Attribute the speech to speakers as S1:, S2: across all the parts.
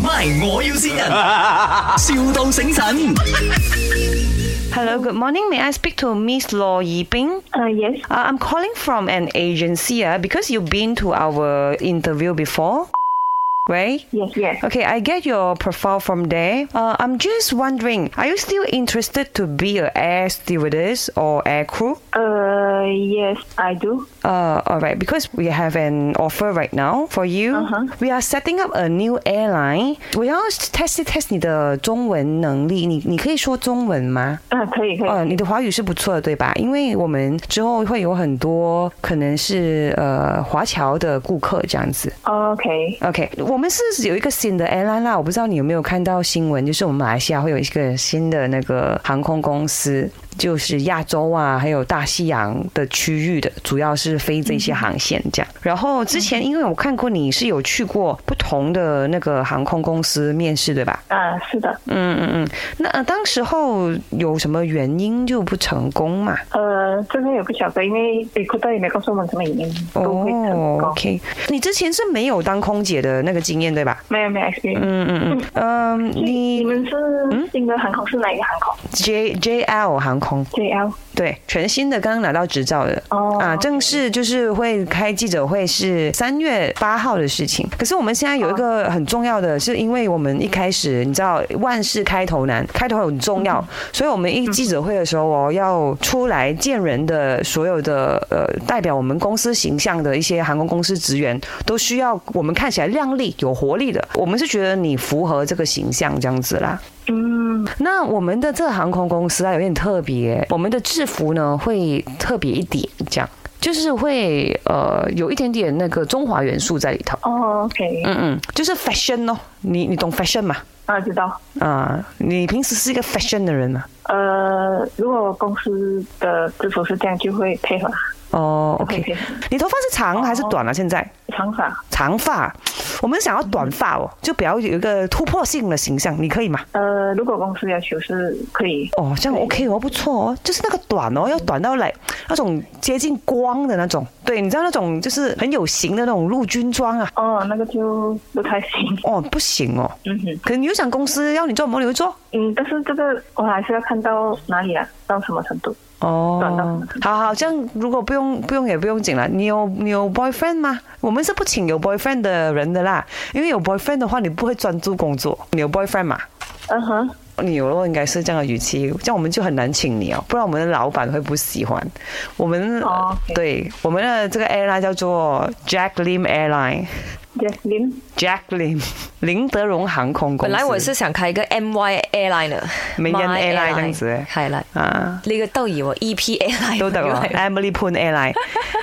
S1: MY，我要先人，,笑到醒神。
S2: Hello, good morning. May I speak to Miss Law Yiping?
S3: Uh, yes.
S2: Uh, I'm calling from an agency uh, because you've been to our interview before, right?
S3: Yes. Yes.
S2: Okay, I get your profile from there. Uh, I'm just wondering, are you still interested to be a air stewardess or air crew?
S3: Uh, yes, I do.
S2: Uh, all right, because we have an offer right now for you.
S3: Uh-huh.
S2: We are setting up a new airline. 我要 test test 你的中文能力，你你可以说中文吗？
S3: 啊，可以，可以。
S2: 呃，你的华语是不错的，对吧？因为我们之后会有很多可能是呃华侨的顾客这样子。
S3: OK，
S2: OK，我们是有一个新的 airline 啦，我不知道你有没有看到新闻，就是我们马来西亚会有一个新的那个航空公司，就是亚洲啊，还有大西洋的区域的，主要是飞这些航线这样。然后之前因为我看过你是有去过不同的那个航空公司面试，对吧？
S3: 啊，是的。
S2: 嗯嗯嗯，那、呃当时候有什么原因就不成功嘛？
S3: 呃，这个也不晓得，因为 recruiter 也没告诉我们什么原因，
S2: 哦
S3: 都会成功。
S2: o k 你之前是没有当空姐的那个经验对吧？
S3: 没有没有 experience。
S2: 嗯嗯嗯，嗯，
S3: 你
S2: 你
S3: 们是新的航空是哪一个航空
S2: J J L 航空
S3: ？JL。
S2: 对，全新的，刚刚拿到执照的。
S3: 哦
S2: 啊，正式就是会开记者会，是三月八号的事情。可是我们现在有一个很重要的，是因为我们一开始你知道万事开头难，开头很重要，所以我们一记者会的时候哦，要出来见人的所有的呃代表我们公司形象的一些航空公司职员，都需要我们看起来靓丽、有活力的。我们是觉得你符合这个形象这样子啦。
S3: 嗯，
S2: 那我们的这个航空公司啊，有点特别，我们的制服呢会特别一点，这样就是会呃有一点点那个中华元素在里头。
S3: 哦，OK，
S2: 嗯嗯，就是 fashion 哦，你你懂 fashion 嘛？
S3: 啊，知道。
S2: 啊，你平时是一个 fashion 的人嘛？
S3: 呃，如果公司的制服是这样，就会配合。
S2: 哦
S3: 会
S2: ，OK，
S3: 配合
S2: 你头发是长还是短啊？现在
S3: 长发，
S2: 长发，我们想要短发哦，就比较有一个突破性的形象，你可以吗？
S3: 呃，如果公司要求是可以。
S2: 哦，这样 OK 哦，不错哦，就是那个短
S3: 嗯
S2: 哦，要短到来那种接近光的那种，对，你知道那种就是很有型的那种陆军装啊，
S3: 哦，那个就不太行。
S2: 哦，不行哦。
S3: 嗯哼。
S2: 可你又想公司要你做什么，你会做？
S3: 嗯，但是这个我还是要看到哪里啊，到什么程度。短到什
S2: 哦
S3: 么程，
S2: 好好，这样如果不用不用也不用紧了。你有你有 boyfriend 吗？我们是不请有 boyfriend 的人的啦，因为有 boyfriend 的话，你不会专注工作。你有 boyfriend 吗？
S3: 嗯哼，
S2: 你有了应该是这样的语气，这样我们就很难请你哦，不然我们的老板会不喜欢。我们、
S3: 哦，OK
S2: 对我们的这个 airline 叫做 Jack Lim Airline，Jack
S3: Yes, Lim。
S2: Lim 林德荣航空公
S4: 本
S2: 司。
S4: 來我是想開一個 MY airline 啊，
S2: 名人
S4: My
S2: airline 這樣子欸
S4: 係啦，
S2: 啊，
S4: 呢個都以我 EP airline
S2: 都得啊
S4: 以
S2: 喎
S4: 為
S2: Emily Poon Airline，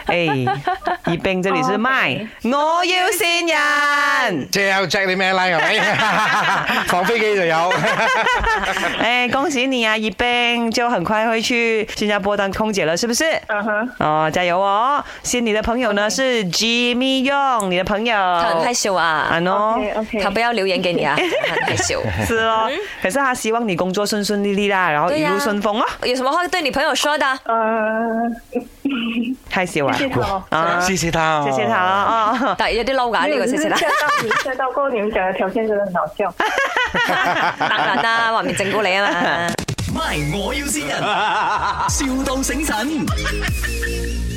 S2: 哎，宜宾这里
S4: 哦
S2: 是麦，我要新 人，
S5: 即係 Jack 啲咩 line 係 咪？放飛機就有。
S2: 哎，恭喜你啊，宜宾就很快会去新加坡当空姐了，是不是？
S3: 嗯哼，
S2: 哦，加油哦！先你的朋友呢是 Jimmy Yong，你的朋友。
S4: 他很害羞啊
S2: 啊，喏
S3: OK OK，
S4: 他不要留言給你 啊，他很害羞。
S2: 是哦。可是他希望你工作顺顺利利啦，然后
S4: 对
S2: 一
S4: 呀
S2: 路顺风哦。
S4: 有什麼話對你朋友說的啊？
S3: 呃，
S2: 太喜欢
S3: 谢谢
S2: 了，
S3: 他哦。
S2: 啊
S5: 謝謝他，
S2: 谢谢他。啊！哦
S4: 但有啲嬲㗎呢個
S3: 你
S4: 先
S3: 吓
S4: 生啦，
S3: 到你吓到过，你们讲的条件真的很好笑。
S4: 當然啦，話唔定整蠱你啊嘛。
S1: MY，我要先人，,笑到醒神。